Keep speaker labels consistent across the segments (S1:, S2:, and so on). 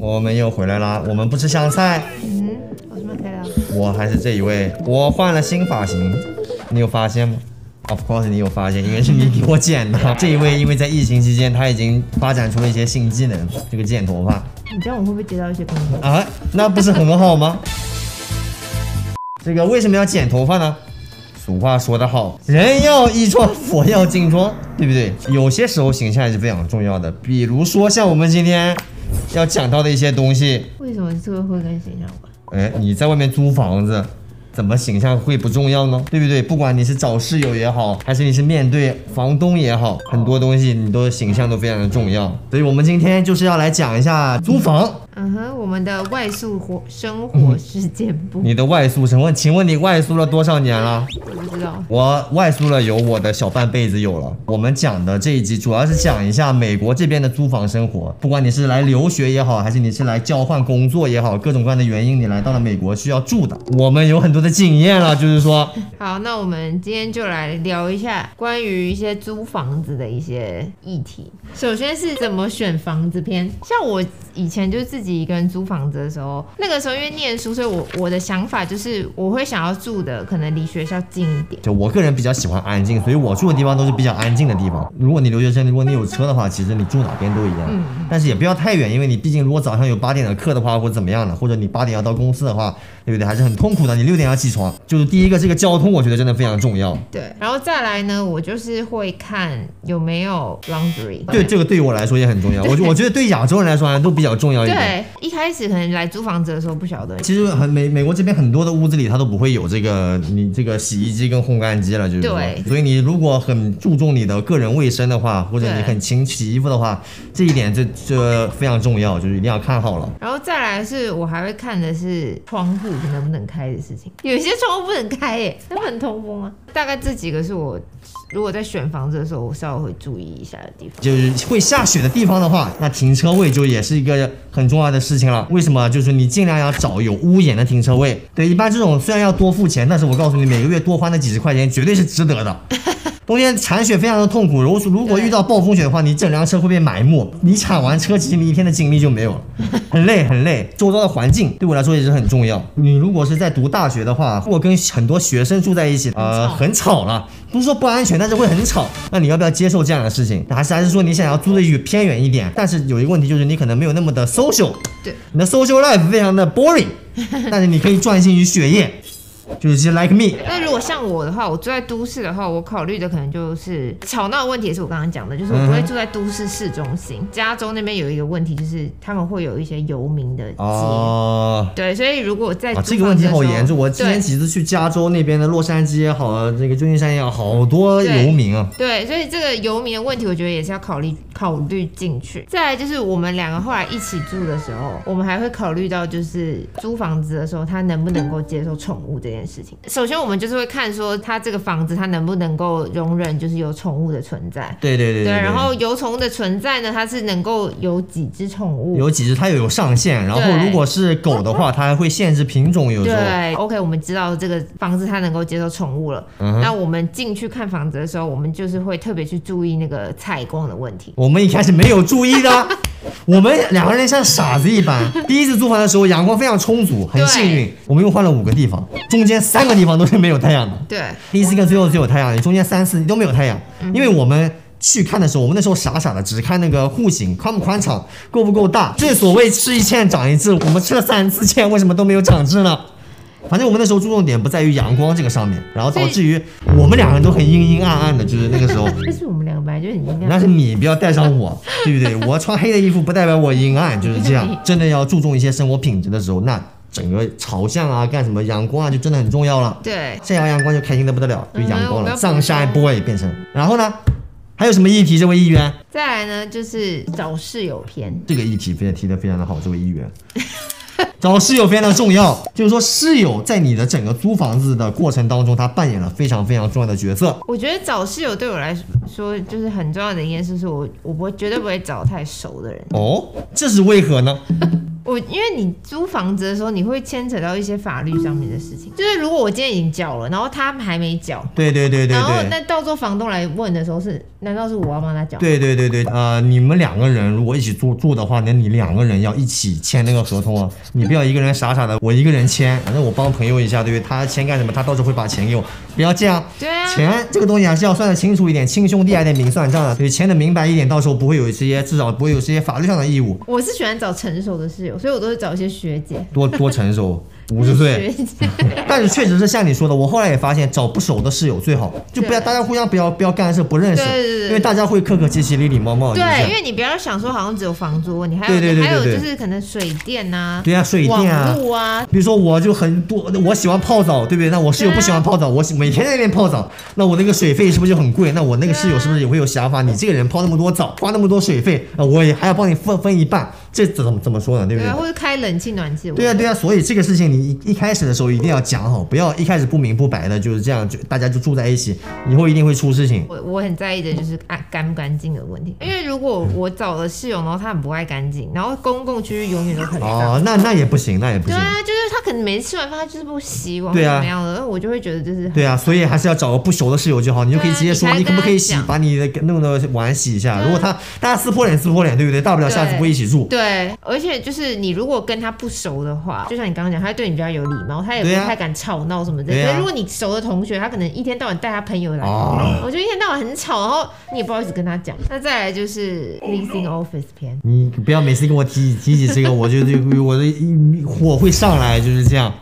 S1: 我们又回来啦。我们不吃香菜，
S2: 嗯，我什么开了？
S1: 我还是这一位。我换了新发型，你有发现吗？Of course，你有发现，因为是你给我剪的。这一位因为在疫情期间，他已经发展出了一些新技能，这个剪头发
S2: 你这样我会不会接到一些工作？
S1: 啊，那不是很好吗？这个为什么要剪头发呢？俗话说得好，人要衣装，佛要金装，对不对？有些时候形象还是非常重要的，比如说像我们今天要讲到的一些东西，
S2: 为什么这个会跟形象有关？
S1: 哎，你在外面租房子，怎么形象会不重要呢？对不对？不管你是找室友也好，还是你是面对房东也好，很多东西你都形象都非常的重要。所以我们今天就是要来讲一下租房，
S2: 嗯哼，我们的外宿活生活事件簿，
S1: 你的外宿生活，请问你外宿了多少年了？
S2: 我不知道。
S1: 我外宿了有我的小半辈子有了。我们讲的这一集主要是讲一下美国这边的租房生活，不管你是来留学也好，还是你是来交换工作也好，各种各样的原因，你来到了美国需要住的，我们有很多的经验了，就是说，
S2: 好，那我们今天就来聊一下关于一些租房子的一些议题。首先是怎么选房子篇，像我以前就自己一个人租房子的时候，那个时候因为念书，所以我我的想法就是我会想要住的可能离学校近一点。
S1: 就我个人比较喜欢安静，所以我住的地方都是比较安静的地方。如果你留学生，如果你有车的话，其实你住哪边都一样，但是也不要太远，因为你毕竟如果早上有八点的课的话，或者怎么样的，或者你八点要到公司的话，对不对？还是很痛苦的，你六点要起床。就是第一个，这个交通我觉得真的非常重要。
S2: 对，然后再来呢，我就是会看有没有 laundry。
S1: 对，这个对于我来说也很重要。我觉我觉得对亚洲人来说好像都比较重要一点。
S2: 对，一开始可能来租房子的时候不晓得，
S1: 其实很美美国这边很多的屋子里，它都不会有这个你这个洗衣机跟烘干机了，就是说
S2: 对，
S1: 所以你如果很注重你的个人卫生的话，或者你很勤洗衣服的话，这一点这这非常重要，就是一定要看好了。
S2: 然后再来是我还会看的是窗户能不能开的事情，有些窗户不能开耶，能不能通风啊？大概这几个是我如果在选房子的时候，我稍微会注意一下的地方。
S1: 就是会下雪的地方的话，那停车位就也是一个很重要的事情了。为什么？就是你尽量要找有屋檐的停车位。对，一般这种虽然要多付钱，但是我告诉你，每个月多花那几十块钱绝对是值得的。冬天铲雪非常的痛苦，如果如果遇到暴风雪的话，你整辆车会被埋没。你铲完车，其实你一天的精力就没 有了，很累很累。周遭的环境对我来说也是很重要。你如果是在读大学的话，或跟很多学生住在一起，呃，
S2: 很吵
S1: 很吵了，不是说不安全，但是会很吵。那你要不要接受这样的事情？还是还是说你想要租的越偏远一点？但是有一个问题就是你可能没有那么的 social，
S2: 对，
S1: 你的 social life 非常的 boring，但是你可以专心于学业，就是 like me。
S2: 那如果像我的话，我住在都市的话，我考虑的可能就是吵闹的问题，也是我刚刚讲的，就是我不会住在都市市中心。加州那边有一个问题，就是他们会有一些游民的街。
S1: 哦，
S2: 对，所以如果我在、
S1: 啊，这个问题好严重。我之前几次去加州那边的洛杉矶也好，啊，这个旧金山也好，好多游民啊。
S2: 对，所以这个游民的问题，我觉得也是要考虑考虑进去。再来就是我们两个后来一起住的时候，我们还会考虑到就是租房子的时候，他能不能够接受宠物这件事情。首先，我们就是会看说他这个房子他能不能够容忍就是有宠物的存在。
S1: 对对对对，
S2: 对，然后有宠物的存在呢，它是能够有几只宠物。
S1: 有几只它有有上限，然后
S2: 对
S1: 如果是狗的话，它还会限制品种，有时候。
S2: 对，OK，我们知道这个房子它能够接受宠物了。
S1: 嗯
S2: 那我们进去看房子的时候，我们就是会特别去注意那个采光的问题。
S1: 我们一开始没有注意的，啊我们两个人像傻子一般。第一次租房的时候，阳光非常充足，很幸运。我们又换了五个地方，中间三个地方都是没有太阳的。
S2: 对，
S1: 第一次跟最后只有太阳，中间三次都没有太阳，因为我们。去看的时候，我们那时候傻傻的，只看那个户型宽不宽敞，够不够大。正所谓吃一堑长一智，我们吃了三次堑，为什么都没有长智呢？反正我们那时候注重点不在于阳光这个上面，然后导致于我们两个人都很阴阴暗暗的，就是那个 时候。
S2: 但是我们两个本来就很应
S1: 那
S2: 该。
S1: 是你不要带上我，对不对？我穿黑的衣服不代表我阴暗，就是这样。真的要注重一些生活品质的时候，那整个朝向啊，干什么阳光啊，就真的很重要了。
S2: 对，
S1: 晒阳阳光就开心的不得了，就阳光了
S2: 嗯我们要
S1: s u n boy 变成。然后呢，还有什么议题？这位议员，
S2: 再来呢就是找室友篇。
S1: 这个议题非常提的非常的好，这位议 员。找室友非常重要，就是说室友在你的整个租房子的过程当中，他扮演了非常非常重要的角色。
S2: 我觉得找室友对我来说就是很重要的一件事，是我我不会绝对不会找太熟的人。
S1: 哦，这是为何呢？
S2: 我我因为你租房子的时候，你会牵扯到一些法律上面的事情，就是如果我今天已经缴了，然后他还没缴，
S1: 对对对对
S2: 然后
S1: 对。
S2: 那到时候房东来问的时候是，难道是我要帮他缴？
S1: 对对对对，呃，你们两个人如果一起住住的话，那你两个人要一起签那个合同啊，你不要一个人傻傻的，我一个人签，反正我帮朋友一下，对不对？他签干什么？他到时候会把钱给我，不要这样。
S2: 对啊，
S1: 钱这个东西还是要算得清楚一点，亲兄弟还得明算账啊的，对，签的明白一点，到时候不会有一些，至少不会有一些法律上的义务。
S2: 我是喜欢找成熟的室友，所以我都是找一些学姐。
S1: 多多成熟，五十岁，
S2: 学姐，
S1: 但是确实是像你说的，我后来也发现，找不熟的室友最好，就不要
S2: 对
S1: 大家互相不要不要干事，不认识，
S2: 对对对
S1: 因为大家会客客气气、礼礼貌貌的。就是这
S2: 对，
S1: 样
S2: 因为你不要想说好像只有房租问题，还
S1: 对
S2: 有
S1: 对对对
S2: 还有
S1: 对
S2: 就是可能水电啊、
S1: 对啊，水电啊
S2: 网。络啊，
S1: 比如说我就很多，我喜欢泡澡，对不对？那我室友
S2: 对啊
S1: 不喜欢泡澡，我喜每天在那边泡澡，那我那个水费是不是就很贵？那我那个室友是不是也会有想法？你这个人泡那么多澡，花那么多水费，啊，我也还要帮你分分一半，这怎么怎么说呢？对不
S2: 对
S1: 对
S2: 啊，？或者开冷气、暖气。
S1: 对呀、啊对呀、所以这个事情你一一开始的时候一定要讲好，不要一开始不明不白的就是这样，就大家就住在一起，以后一定会出事情。
S2: 我我很在意的就是啊干不干净的问题，因为如果我找了室友，然后他很不爱干净，然后公共区域永远都 很脏。
S1: 哦，那那也不行，那也不
S2: 对
S1: 行。
S2: 啊，就是他可能每次吃完饭他就是不洗碗，
S1: 对啊
S2: 怎么样的，我就会觉得就是很
S1: 对啊，所以还是要找个不熟的室友就好，你就可以直接说，
S2: 对啊
S1: 你可不可以洗
S2: 你还，跟
S1: 把你的弄的碗洗一下。
S2: 对啊
S1: 如果他大家撕破脸撕破脸，对不对？大不了下次
S2: 对
S1: 不会一起住。
S2: 对，而且就是你如果跟他不熟的话，就像你刚刚讲，他对你比较有礼貌，他也不
S1: 对啊
S2: 太敢吵闹什么的。
S1: 对啊
S2: 可是如果你熟的同学，他可能一天到晚带他朋友来，
S1: 哦
S2: 我就一天到晚很吵，然后你也不好意思跟他讲。那再来就是 leasing office 篇，
S1: 你不要每次跟我提提起这个，我就就我的火会上来，就是这样。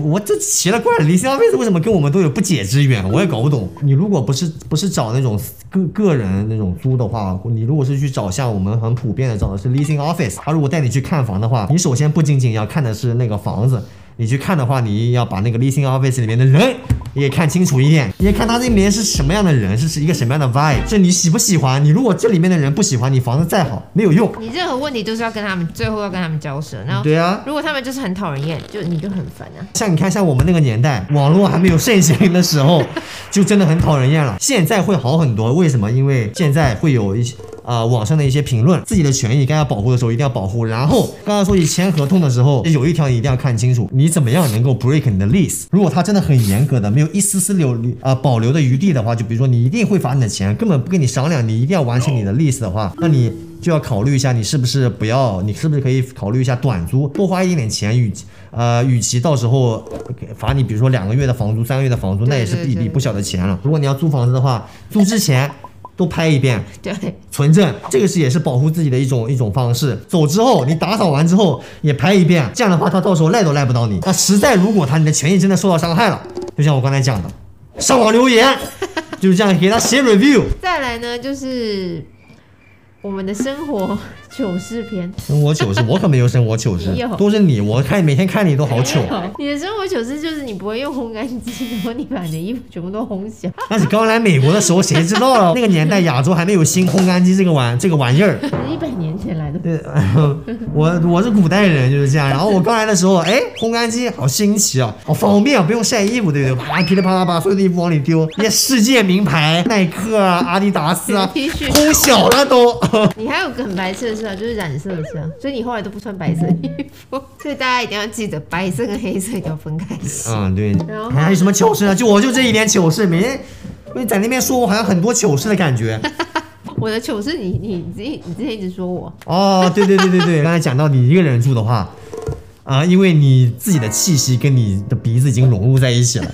S1: 我这奇了怪了，李湘妹子为什么跟我们都有不解之缘？我也搞不懂。你如果不是不是找那种个个人那种租的话，你如果是去找像我们很普遍的找的是 leasing office，他如果带你去看房的话，你首先不仅仅要看的是那个房子。你去看的话，你要把那个 leasing office 里面的人也看清楚一点，也看他这里面是什么样的人，是是一个什么样的 vibe，是你喜不喜欢。你如果这里面的人不喜欢，你房子再好没有用。
S2: 你任何问题都是要跟他们最后要跟他们交涉，然后
S1: 对啊，
S2: 如果他们就是很讨人厌，就你就很烦啊。
S1: 像你看，像我们那个年代，网络还没有盛行的时候，就真的很讨人厌了。现在会好很多，为什么？因为现在会有一些啊、呃网上的一些评论，自己的权益该要保护的时候一定要保护。然后刚刚说你签合同的时候，有一条你一定要看清楚，你怎么样能够 break 你的 lease。如果他真的很严格的，没有一丝丝留啊、保留的余地的话，就比如说你一定会罚你的钱，根本不跟你商量，你一定要完成你的 lease 的话，那你。就要考虑一下，你是不是不要，你是不是可以考虑一下短租，多花一点点钱，与其呃，与其到时候呃罚你，比如说两个月的房租、三个月的房租，那也是
S2: 对对
S1: 一
S2: 对
S1: 笔不小的钱了。如果你要租房子的话，租之前都拍一遍，
S2: 对，
S1: 存证，这个是也是保护自己的一种一种方式。走之后，你打扫完之后也拍一遍，这样的话他到时候赖都赖不到你。那实在如果他你的权益真的受到伤害了，就像我刚才讲的，上网留言，就是这样给他写 review。
S2: 再来呢就是我们的生活糗事篇。
S1: 生活糗事，我可没有生活糗事
S2: 没有，
S1: 都是你，我看每天看你都好 糗。
S2: 你的生活糗事就是你不会用烘干机，然后你把你的衣服全部都烘小。
S1: 那你刚来美国的时候，谁知道了？那个年代亚洲还没有新烘干机这个玩这个玩意儿。
S2: 一百年 前来的，
S1: 对，我我是古代人就是这样。然后我刚来的时候，哎，烘干机好新奇啊，好方便啊，不用晒衣服，对不对？啪噼里啪啦把所有的衣服往里丢，那些世界名牌，耐克啊、阿迪达斯啊
S2: T 恤，
S1: 烘小了 都。
S2: 你还有个很白色的事啊，就是染色的事啊，所以你后来都不穿白色衣服， 所以大家一定要记得白色跟黑色一定要分开洗。
S1: 嗯，对
S2: 然后。
S1: 还有什么糗事呢？就我就这一点糗事，每天因为在那边说我好像很多糗事的感觉。
S2: 我的糗事你你你之前你之前一直说我，
S1: 哦，对对对对 对，刚才讲到你一个人住的话，啊、因为你自己的气息跟你的鼻子已经融入在一 起了，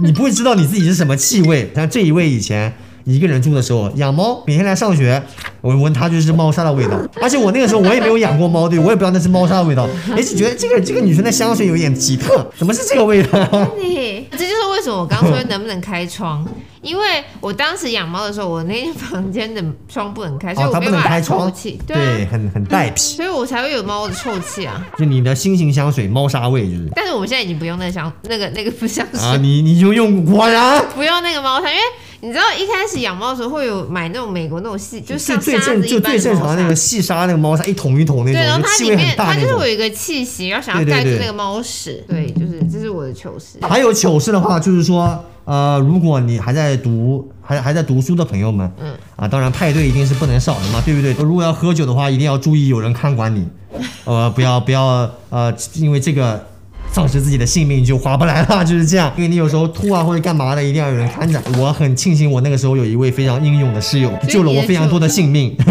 S1: 你不会知道你自己是什么气味。像这一位以前一个人住的时候养猫，每天来上学，我闻它就是猫砂的味道。而且我那个时候我也没有养过猫，对我也不知道那是猫砂的 味道，也是觉得这个这个女生的香水有点奇特，怎么是这个味 道？哦
S2: 对，这就是为什么我刚说能不能开窗，因为我当时养猫的时候，我那间房间的窗不能开，所以
S1: 哦，
S2: 我
S1: 它
S2: 没
S1: 不
S2: 有
S1: 能
S2: 办法
S1: 开
S2: 透
S1: 窗
S2: 气，，对啊
S1: 对，很很 带皮，
S2: 所以我才会有猫的臭气啊。
S1: 就你的新型香水猫砂味就是
S2: 但是我们现在已经不用那个香那个那个不香水
S1: 啊，你你就用果然。
S2: 不要那个猫砂，因为你知道一开始养猫的时候会有买那种美国那种细，就
S1: 最
S2: 像
S1: 最
S2: 沙
S1: 正
S2: 子
S1: 就
S2: 一般
S1: 最
S2: 的
S1: 正
S2: 猫
S1: 常那
S2: 砂
S1: 个。细沙那个猫砂一桶一桶那
S2: 对，然
S1: 种，
S2: 后
S1: 就
S2: 它
S1: 气
S2: 里
S1: 味
S2: 面
S1: 很
S2: 它
S1: 大
S2: 就
S1: 那
S2: 是
S1: 种
S2: 会。有一个气息，要想
S1: 对
S2: 要
S1: 对
S2: 盖住
S1: 对
S2: 那个猫屎。对，就是这是我的糗事。
S1: 还有糗事的话，就是说，呃，如果你还在读还还在读书的朋友们，嗯啊，当然派对一定是不能少的嘛，对不对？如果要喝酒的话，一定要注意有人看管你，呃，不要不要呃，因为这个丧失自己的性命就划不来了，就是这样。因为你有时候吐啊或者干嘛的，一定要有人看着。我很庆幸我那个时候有一位非常英勇的室友，
S2: 以
S1: 救了
S2: 你
S1: 我
S2: 的
S1: 非常
S2: 酒
S1: 多的性命。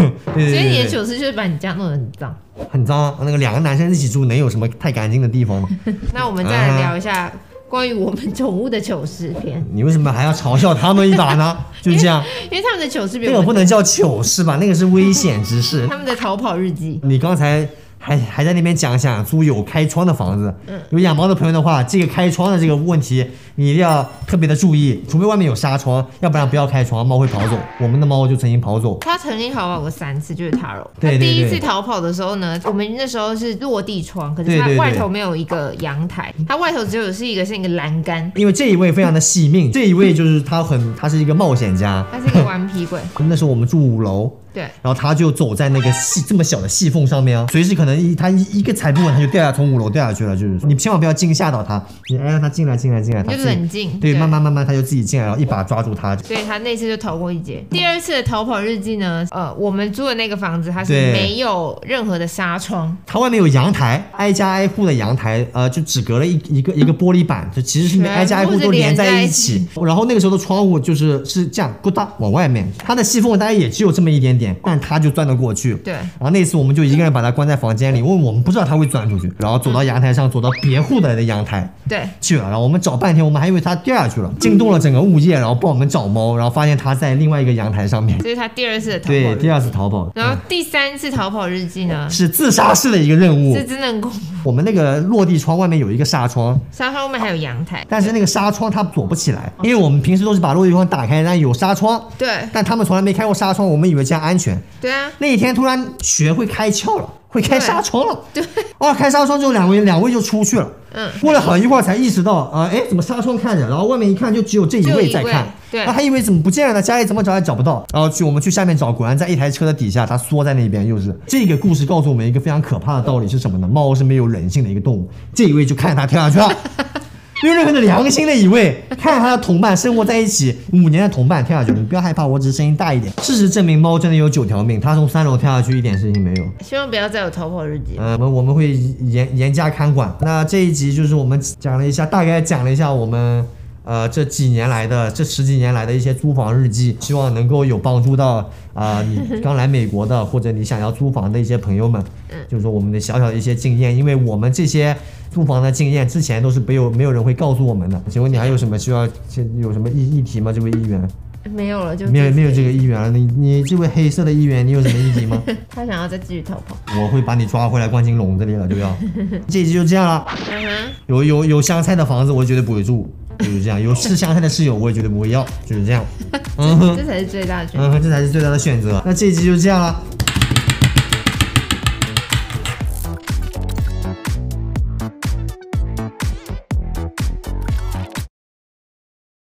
S1: 对对对
S2: 所以你
S1: 对
S2: 的
S1: 对，
S2: 糗事就是把你家弄得很脏。
S1: 很脏啊，那个两个男生一起住，能有什么太干净的地方吗？
S2: 那我们再来聊一下关于我们宠物的糗事篇，
S1: 你为什么还要嘲笑他们一把 呢？就是这样，
S2: 因为他们的糗事
S1: 这
S2: 篇
S1: 个
S2: 我
S1: 不
S2: 们，
S1: 能叫糗事吧？那个是危险之事。
S2: 他们的逃跑日记。
S1: 你刚才还还在那边讲想租有开窗的房子，
S2: 嗯
S1: 有养猫的朋友的话，这个开窗的这个问题你一定要特别的注意，除非外面有纱窗，要不然不要开窗，猫会跑走。我们的猫就曾经跑走，
S2: 他曾经逃跑过三次，就是他喽。
S1: 对对
S2: 他第一次
S1: 对
S2: 逃跑的时候呢，我们那时候是落地窗，可是
S1: 对
S2: 他
S1: 对对
S2: 外头没有一个阳台，他外头只有是一个像一个栏杆。
S1: 因为这一位非常的惜命，这一位就是他很他是一个冒险家。
S2: 他是一个顽 皮鬼，
S1: 那时候我们住五楼，
S2: 对，
S1: 然后他就走在那个细这么小的细缝上面啊，随时可能一他一一个踩不稳，他就掉下从五楼掉下去了。就是你千万不要惊吓到他，你哎让他进来进来进来，
S2: 你
S1: 他
S2: 就
S1: 自己
S2: 冷静，
S1: 对慢慢慢慢他就自己进来，然后一把抓住他。
S2: 所以他那次就逃过一劫。第二次的逃跑日记呢，呃，我们租的那个房子它是
S1: 对
S2: 没有任何的纱窗，
S1: 它外面有阳台，挨家挨户的阳台，呃，就只隔了一一个一个玻璃板，就其实是
S2: 全部
S1: 挨家挨户
S2: 是
S1: 都连
S2: 连在
S1: 在
S2: 一
S1: 一起。然后那个时候的窗户就是是这样咕哒往外面，它的细缝大概也只有这么一点点，但它就钻得过去。
S2: 对
S1: 然后那次我们就一个人把它关在房间里，因为我们不知道它会钻出去，然后走到阳台上，走到别户的阳台，
S2: 对，
S1: 去了，然后我们找半天，我们还以为它掉下去了，惊动了整个物业，然后帮我们找猫，然后发现它在另外一个阳台上面。
S2: 这是他第二次的逃跑
S1: 对，
S2: 日记。
S1: 第二次逃跑
S2: 然后第三次逃跑日记呢，
S1: 是自杀式的一个任务
S2: 是。真的很恐怖。
S1: 我们那个落地窗外面有一个纱窗，
S2: 纱窗外面还有阳台，
S1: 但是那个纱窗它锁不起来，因为我们平时都是把落地窗打开，但有纱窗，
S2: 对
S1: 但他们从来没开过纱窗，我们以为这样安全。
S2: 对啊，
S1: 那一天突然学会开窍了，会开
S2: 对
S1: 纱窗了。
S2: 对，
S1: 哦，开纱窗之后，两位两位就出去了。
S2: 嗯，
S1: 过了好一会儿才意识到啊，哎、怎么纱窗看着，然后外面一看就只有这一
S2: 就
S1: 位
S2: 一
S1: 在
S2: 位
S1: 看，
S2: 对
S1: 啊还以为怎么不见了呢？家里怎么找也找不到，然后去我们去下面找，果然在一台车的底下，它缩在那边，又是这个故事告诉我们一个非常可怕的道理是什么呢？猫是没有人性的一个动物，这一位就看着它跳下去了。没有任何的良心的一位，看着他的同伴生活在一起五年的同伴跳下去了，你不要害怕，我只是声音大一点。事实证明，猫真的有九条命，它从三楼跳下去一点事情没有。
S2: 希望不要再有逃跑日记。
S1: 呃，我们我们会严严加看管。那这一集就是我们讲了一下，大概讲了一下我们呃这几年来的这十几年来的一些租房日记，希望能够有帮助到啊、你刚来美国的或者你想要租房的一些朋友们，就是说我们的小小的一些经验，因为我们这些租房的经验之前都是没有没有人会告诉我们的。请问你还有什么需要有什么议议题吗？这位议员，
S2: 没有了，就
S1: 没有没有
S2: 这
S1: 这个议员了，你你这位黑色的议员，你有什么议题吗？
S2: 个，他想要再继续逃跑。
S1: 我会把你抓回来关进笼子里了，对不对？ 这一集就这样了。
S2: 嗯哼，
S1: 有有有香菜的房子，我绝对不会住，就是这样。有吃香菜的室友，我也绝对不会要，就是这样。嗯哼，
S2: 这才是最大的选择。
S1: 嗯哼，这才是最大的选择。那这一集就这样了，